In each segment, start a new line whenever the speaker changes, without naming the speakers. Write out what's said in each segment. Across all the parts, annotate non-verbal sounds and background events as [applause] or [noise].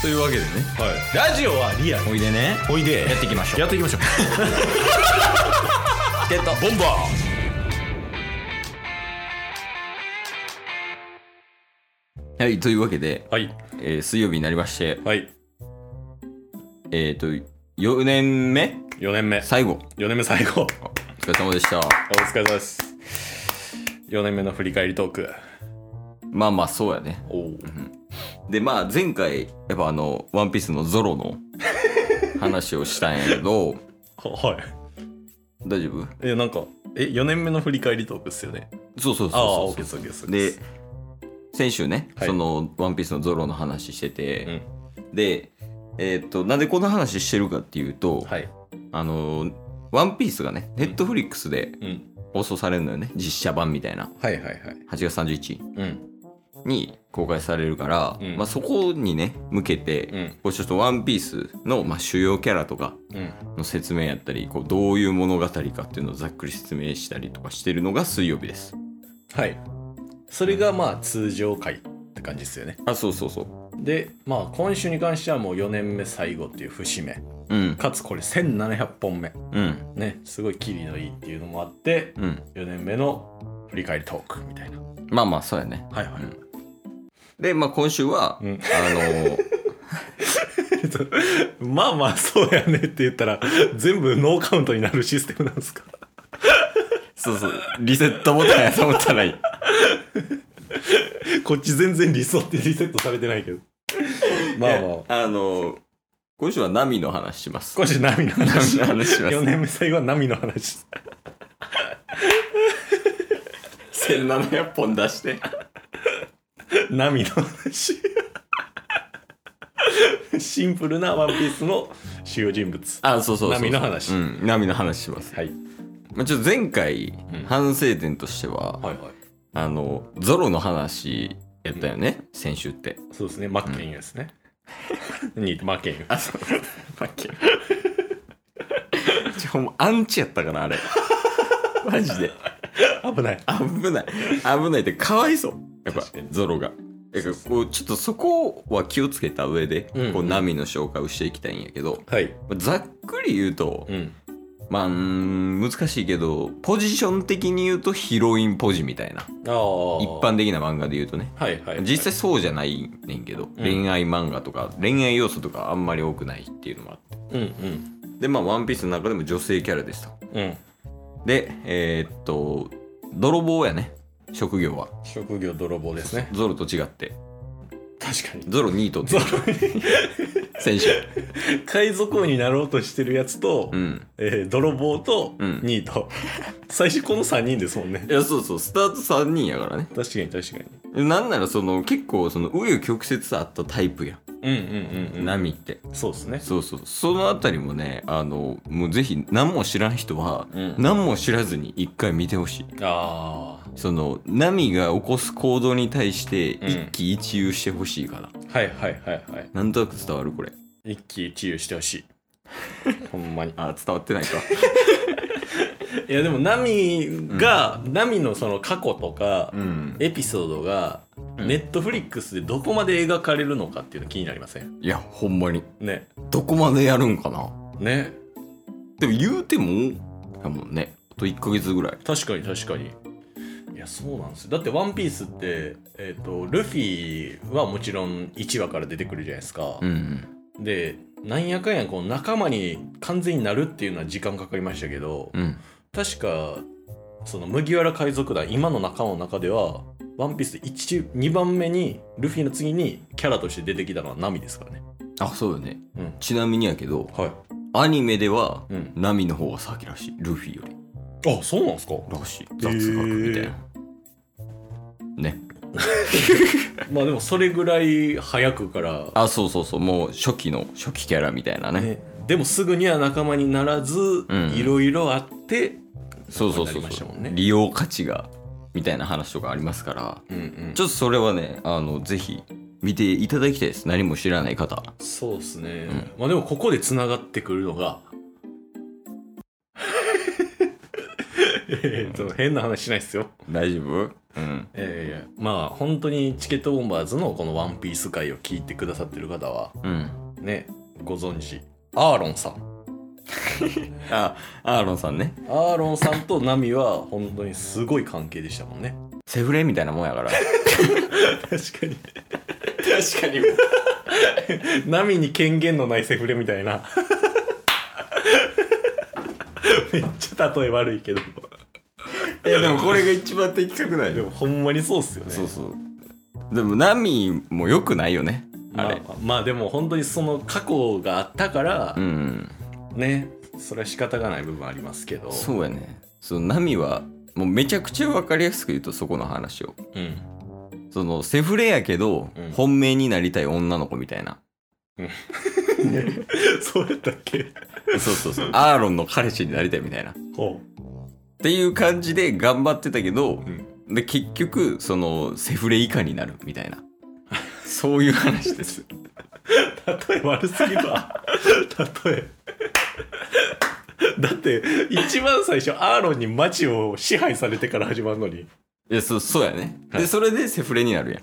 というわけでね
はい、ラジオはリアル
おいでね
おいで
やっていきましょう
やっていきましょう
ゲット
ボンバ
はいというわけで、
ーはい
えー水曜日になりまして
はい
えっ、と4年目
4年目
最後
4年目最 [laughs] 後
お疲れ様でした
お疲れ様です4年目の振り返りトーク
まあまあそうやね
おお
でまあ前回やっぱあの「ワンピースのゾロ [laughs] の話をしたんやけど
ははい
大丈夫
えなんかえ4年目の振り返りトークっすよね
そうそうそうそう
ああオッケーですオッケーですオッケー
です先週ね、
はい
その「ワンピースのゾロの話してて、でえーっとなんでこの話してるかっていうと、
はい
あのー「ワンピースがねネットフリックスで
うん
放送されるのよね実写版みたいな
はいはいはい
8月31日
うん
に公開されるから、
うん
まあ、そこにね向けて、
うん
こうちょっと「ワンピースの、まあ、主要キャラとか
うん
の説明やったりこうどういう物語かっていうのをざっくり説明したりとかしてるのが水曜日です
はいそれがまあ通常回って感じですよね
あそうそうそう
でまあ今週に関してはもう4年目最後っていう節目
うん
かつこれ1700本目
うん
ねすごいキリのいいっていうのもあって
うん
4年目の振り返りトークみたいな
まあまあそうやね
はいはい、
でまあ今週は、
う
あ
ん
のー
えっと [laughs] まあまあそうやねって言ったら全部ノーカウントになるシステムなんですか
[laughs] そうそうリセットボタンやと思ったらいい
こっち全然理想ってリセットされて [laughs] ないけどまあまあ
あのー今週はナミの話します
少しナミの [laughs] 話
ナミの話します
4年目最後はナミの話
1700本出
[laughs]
して
ナミの話 [laughs] シンプルなワンピースの主要人物
あそうそうそうそう
ナミの話
うんナミの話します、
はい
まあ、ちょっと前回、
うん
反省点としては、
はいはい
あのゾロの話やったよね、先週って
そうですねマッケンユですね、 [laughs] にマッケンユ
あそうマ [laughs] ッケンちょほんまアンチやったからあ
[laughs]
れマジで
危ない
危ない危ないってかわいそうやっぱ
確かに
ゾロがだからこうちょっとそこは気をつけた上で、
うん
こうナミの紹介をしていきたいんやけど、
はい
まあざっくり言うと、
うん
まあうーん難しいけどポジション的に言うとヒロインポジみたいな
ああ
一般的な漫画で言うとね
はいはい、はい、
実際そうじゃないねんけど、恋愛漫画とか恋愛要素とかあんまり多くないっていうのもあって
うんうん
でまあ「ワンピースの中でも女性キャラですと
うん
でえーっと泥棒やね職業は
職業泥棒ですね
ゾロと違って
確かに
ゾロニートって [laughs] 選手
海賊王になろうとしてるやつと、
うん
えー泥棒と
うん
ニート、 [laughs] 最初この3人ですもんね
いやそうそうスタート3人やからね
確かに確かに
なんならその結構その紆余曲折あったタイプや
うんうんうん、
ナミって
そうですね
そうそうそのあたりもねあのもうぜひ何も知らん人は、
うん
何も知らずに一回見てほしい
ああ
その波が起こす行動に対して
うん
一喜一憂してほしいから、
はいはいはいはい
なんとなく伝わるこれ
一喜一憂してほ [laughs] しいほんまに
あ伝わって [laughs] ないか
いやでもナミが、ナミのその過去とか、
ん
エピソードが
ん
ネットフリックスでどこまで描かれるのかっていうの気になりません
いやほんまに
ね
どこまでやるんかな
ね
でも言うてもやもんねあと1ヶ月ぐらい
確かに確かにいやそうなんですよだって「ワンピースって、えー、とルフィはもちろん1話から出てくるじゃないですか、
うん
でなんやかんやこう仲間に完全になるっていうのは時間かかりましたけど、
うん
確かその麦わら海賊団今の仲間の中では「ワンピースで2番目にルフィの次にキャラとして出てきたのはナミですからね
あそうよね
うん
ちなみにやけど
はい
アニメでは、
うん
ナミの方が先らしいルフィより
あそうなんですから
しい雑学みたいな、ね
まあでもそれぐらい早くから
あそうそうそうもう初期の初期キャラみたいなね
ね、でもすぐには仲間にならず
ん
いろいろあって、
そうそうそ
仲間になり
う
まし
そ
た
う、
もんね
利用価値がみたいな話とかありますから
うんうん
ちょっとそれはねあのぜひ見ていただきたいです何も知らない方
そうですね、
うん
まあでもここでつながってくるのがえー、と変な話しないですよ。
大丈夫うん。
えー、まあ本当にチケットボンバーズのこの「ワンピース回を聞いてくださってる方は
うん。
ねご存知アーロンさん
あ、アーロンさんね。
アーロンさんとナミは本当にすごい関係でしたもんね
セフレ [laughs] みたいなもんやから。
確かに
確かに。
ナミに権限のないセフレみたいなめっちゃ例え悪いけど
いや、でもこれが一番的確だ
で
よ。
もほんまにそうっすよね
そうそう。でも、ナミも良くないよね。あれ。
まあ、まあでも本当にその過去があったから
う、ん。
ねそれは仕方がない部分ありますけど
そうやね。そう、ナミは、もうめちゃくちゃ分かりやすく言うと、そこの話を。
うん
その、セフレやけど
うん、
本命になりたい女の子みたいな。
[laughs] そうやったっけ
[laughs] そうそうそう。アーロンの彼氏になりたいみたいな。っ
ほ
ていう感じで頑張ってたけど
う、、うん、
で結局そのセフレ以下になるみたいなそういう話 [laughs] です
例え悪すぎるわ例えだって一番最初アーロンに街を支配されてから始まるのに
いやそそうやね、
は
で
い
それでセフレになるや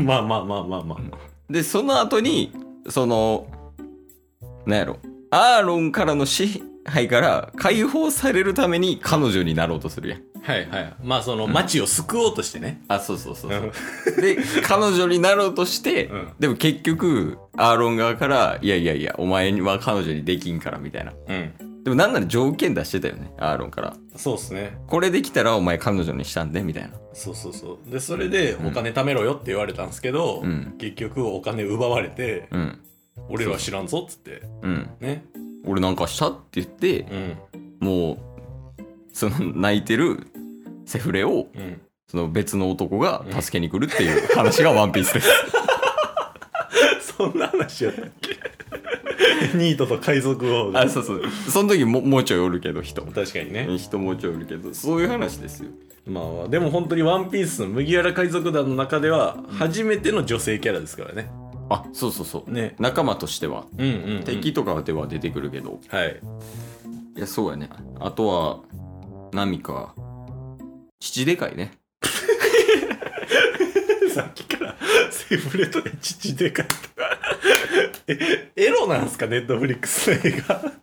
まあまあまあまあま
んでその後にそのなんやろアーロンからの支配から解放されるために彼女になろうとするやん
あはいはいまあその街を救おうとしてね、
あそうそうそう
う
そ
ん
うで彼女になろうとして、
うん
でも結局アーロン側からいやいやいやお前は彼女にできんからみたいなでもなんなら条件出してたよねアーロンから
そうっすね
これできたらお前彼女にしたんでみたいな
そうそうそうでそれでお金貯めろよって言われたんですけど、
うん
結局お金奪われて、
うん
俺らは知らんぞっつって
うん
ね
俺なんかしたって言って
うん
もうその泣いてるセフレを
うん
その別の男が助けに来るっていう話が「ワンピースです
[laughs] そんな話やったっ [laughs] けニートと海賊王が
あそうそうその時ももうちょいおるけど人
確かにね、
人もうちょいおるけどそういう話ですよ
まあまあでも本当に「ワンピースの麦わら海賊団の中では初めての女性キャラですからね。
あそうそうそう
ね。
仲間としては
うんうん、
敵とかでは出てくるけど、
はい。
いやそうやねあとはナミか父でかいね
[laughs] さっきから [laughs] セフレとで父でかいとかえエロなんすかネットフリックスの映画。 [laughs]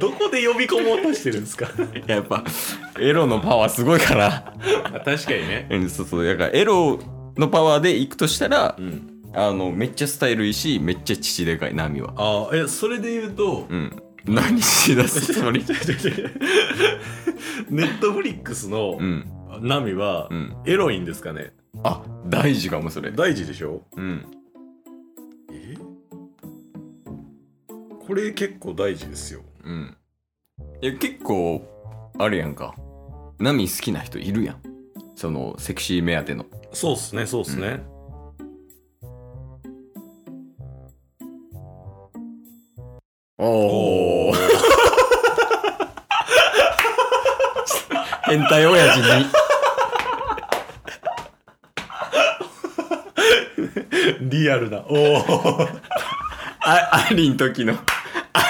どこで呼び込もうとしてるんです [laughs] か
やっぱエロのパワーすごいから
確かにね。
うんそうそうだからエロのパワーでいくとしたら
う、ん、
あのめっちゃスタイルいいしめっちゃ父でかいナミは
ああえそれで言う [laughs] と
うん何しだすつもり [laughs]
ネットフリックスの
うん
ナミは
うん
エロいんですかね
あ大事かもそれ
大事でしょ
うん
えこれ結構大事ですよ
うんいや結構あるやんかナミ好きな人いるやんそのセクシー目当ての
そうっすねそうっすね、
おお変態親父に
[laughs] リアルなおお
[laughs]
あありん時のあ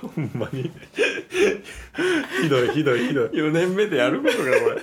ほんまにひどいひどいひどい
4年目でやることがこれ